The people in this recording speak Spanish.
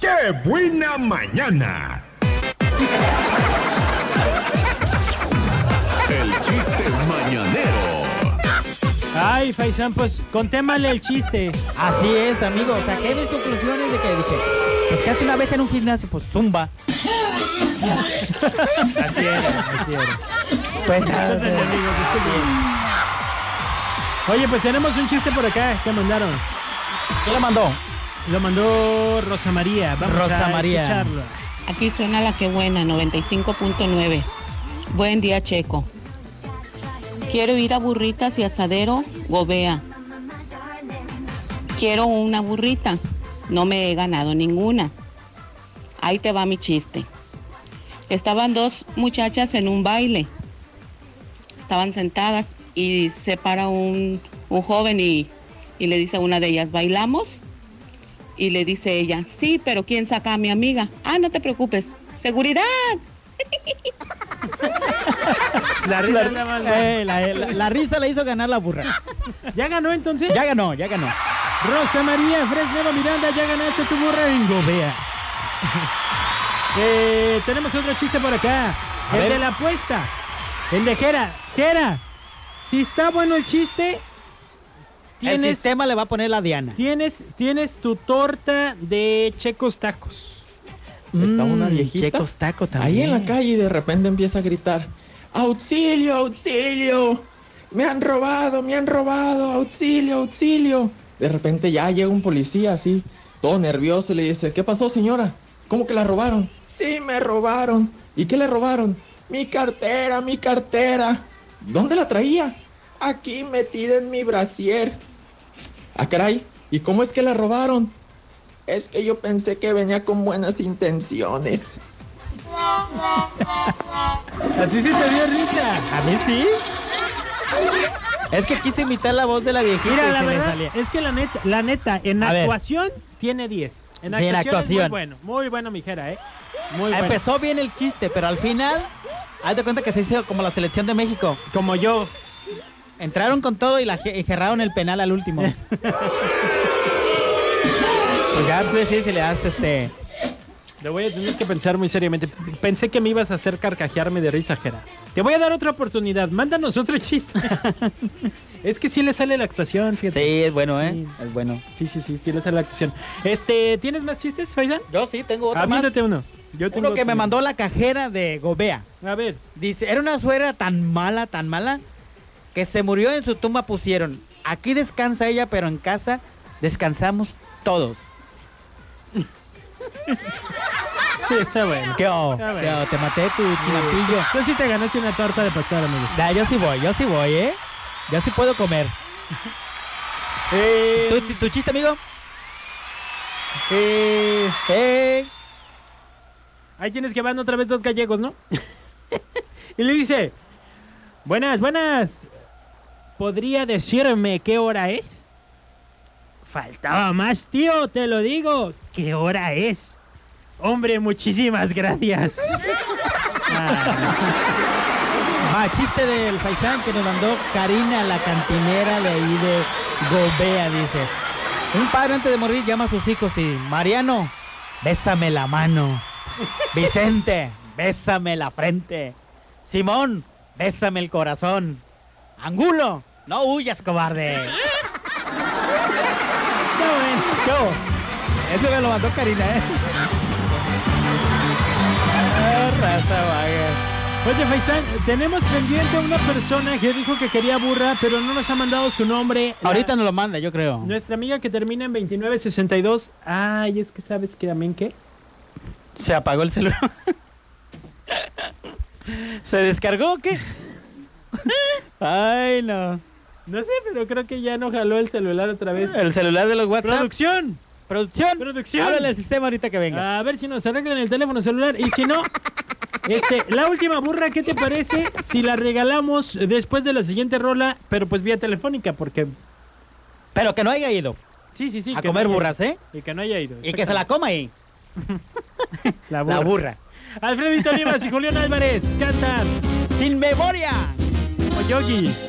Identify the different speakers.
Speaker 1: ¡Qué buena mañana!
Speaker 2: El chiste mañanero.
Speaker 3: Ay, Faisán, pues contémale el chiste.
Speaker 4: Así es, amigo. Saqué mis conclusiones de que dije, pues que hace una abeja en un gimnasio, pues zumba.
Speaker 3: Así era, así era.
Speaker 4: Pues ya,
Speaker 3: Entonces,
Speaker 4: eh,
Speaker 3: amigos, disculpen. Oye, pues tenemos un chiste por acá que mandaron.
Speaker 4: ¿quién lo mandó?
Speaker 3: Lo mandó Rosa María. Vamos
Speaker 4: Rosa
Speaker 3: a
Speaker 4: María.
Speaker 3: escucharlo.
Speaker 5: Aquí suena la que buena, 95.9. Buen día, Checo. Quiero ir a burritas y asadero, Gobea. Quiero una burrita. No me he ganado ninguna. Ahí te va mi chiste. Estaban dos muchachas en un baile. Estaban sentadas y se para un, un joven y, y le dice a una de ellas, ¿bailamos? Y le dice ella, sí, pero ¿quién saca a mi amiga? Ah, no te preocupes. Seguridad.
Speaker 3: La risa
Speaker 4: La,
Speaker 3: la manda.
Speaker 4: eh, la- la- la risa le hizo ganar la burra.
Speaker 3: ¿Ya ganó entonces?
Speaker 4: Ya ganó, ya ganó.
Speaker 3: Rosa María Fresnero Miranda, ya ganaste tu burra en Gobea. Eh, tenemos otro chiste por acá. el
Speaker 4: ver.
Speaker 3: de la apuesta. El de Jera. Jera, si está bueno el chiste,
Speaker 4: El
Speaker 3: tienes,
Speaker 4: sistema le va a poner la Diana.
Speaker 3: tienes, tienes tu torta de checos tacos.
Speaker 6: Está una
Speaker 4: Mm,
Speaker 6: viejita
Speaker 4: Checos taco
Speaker 6: Ahí
Speaker 4: también.
Speaker 6: en la calle y de repente empieza a gritar, auxilio, auxilio, me han robado, me han robado, auxilio, auxilio. De repente ya llega un policía así, todo nervioso, y le dice, ¿qué pasó señora? ¿Cómo que la robaron? Sí, me robaron. ¿Y qué le robaron? Mi cartera, mi cartera. ¿Dónde la traía? Aquí metida en mi brasier. Ah, caray, ¿y cómo es que la robaron? Es que yo pensé que venía con buenas intenciones.
Speaker 3: A ti sí te dio risa.
Speaker 4: ¿A mí sí? Es que quise imitar la voz de la viejita
Speaker 3: Mira,
Speaker 4: y
Speaker 3: la
Speaker 4: se me
Speaker 3: verdad
Speaker 4: salía.
Speaker 3: es que la neta, la neta, en
Speaker 4: A ver.
Speaker 3: actuación tiene 10. En
Speaker 4: Sí,
Speaker 3: actuación, es
Speaker 4: en
Speaker 3: muy
Speaker 4: actuación.
Speaker 3: bueno, muy bueno, mi Jera, ¿eh? Muy bueno.
Speaker 4: Ah, Empezó bien el chiste, pero al final, haz de cuenta que se hizo como la selección de México.
Speaker 3: Como yo.
Speaker 4: Entraron con todo y, la, ge- y cerraron el penal al último. pues ya tú decides si le das este.
Speaker 3: Lo voy a tener que pensar muy seriamente. Pensé que me ibas a hacer carcajearme de risa, Jera. Te voy a dar otra oportunidad. Mándanos otro chiste. es que sí le sale la actuación, fíjate.
Speaker 4: Sí, es bueno, ¿eh?
Speaker 3: Sí.
Speaker 4: Es bueno.
Speaker 3: Sí, sí, sí, sí, le sale la actuación. Este, ¿tienes más chistes, Faisal?
Speaker 4: Yo sí, tengo otro más.
Speaker 3: Aviéntate uno. Yo
Speaker 4: Uno que
Speaker 3: otro.
Speaker 4: me mandó la cajera de Gobea.
Speaker 3: A ver.
Speaker 4: Dice, era una suegra tan mala, tan mala, que se murió en su tumba pusieron. Aquí descansa ella, pero en casa descansamos todos.
Speaker 3: Está bueno.
Speaker 4: ¿Qué o?
Speaker 3: Ya ves.
Speaker 4: ¿Qué o? Te maté tu chinampillo.
Speaker 3: Tú sí te ganaste una torta de pastor, amigo.
Speaker 4: Ya, yo sí voy, yo sí voy, ¿eh? Yo sí puedo comer.
Speaker 3: Eh,
Speaker 4: ¿Tu, tu chiste, amigo?
Speaker 3: eh,
Speaker 4: ¡Eh!
Speaker 3: ahí tienes que van otra vez dos gallegos, ¿no? y le dice, buenas, buenas. ¿Podría decirme qué hora es? Faltaba más, tío, te lo digo. ¿Qué hora es? Hombre, muchísimas gracias. Ah,
Speaker 4: Ah, chiste del Faisán que nos mandó Karina, la cantinera de ahí de Gobea, dice. Un padre antes de morir llama a sus hijos y, Mariano, bésame la mano. Vicente, bésame la frente. Simón, bésame el corazón. Angulo, no huyas, cobarde.
Speaker 3: está bueno.
Speaker 4: Yo, ese me lo mandó Karina, ¿eh? Ah, raza, vaga.
Speaker 3: Oye, Faisán, tenemos pendiente a una persona que dijo que quería burra, pero no nos ha mandado su nombre. La-
Speaker 4: Ahorita nos lo manda, yo creo.
Speaker 3: Nuestra amiga que termina en 2962. Ay, es que sabes que también qué.
Speaker 4: Se apagó el celular. ¿Se descargó o qué? Ay, no.
Speaker 3: No sé, pero creo que ya no jaló el celular otra vez.
Speaker 4: El celular de los WhatsApp.
Speaker 3: ¡Producción!
Speaker 4: producción.
Speaker 3: Producción. Ah.
Speaker 4: Háblale al sistema ahorita que venga.
Speaker 3: A ver si nos arreglan el teléfono celular. Y si no, este, la última burra, ¿qué te parece si la regalamos después de la siguiente rola? Pero pues vía telefónica, porque.
Speaker 4: Pero que no haya ido
Speaker 3: Sí, sí, sí.
Speaker 4: a
Speaker 3: que no
Speaker 4: comer
Speaker 3: haya-
Speaker 4: burras, ¿eh?
Speaker 3: Y que no haya ido.
Speaker 4: Y que se la coma ahí.
Speaker 3: La burra.
Speaker 4: La burra.
Speaker 3: Alfredito Olivas y Julián Álvarez cantan
Speaker 4: ¡Sin memoria!
Speaker 3: Oyogi.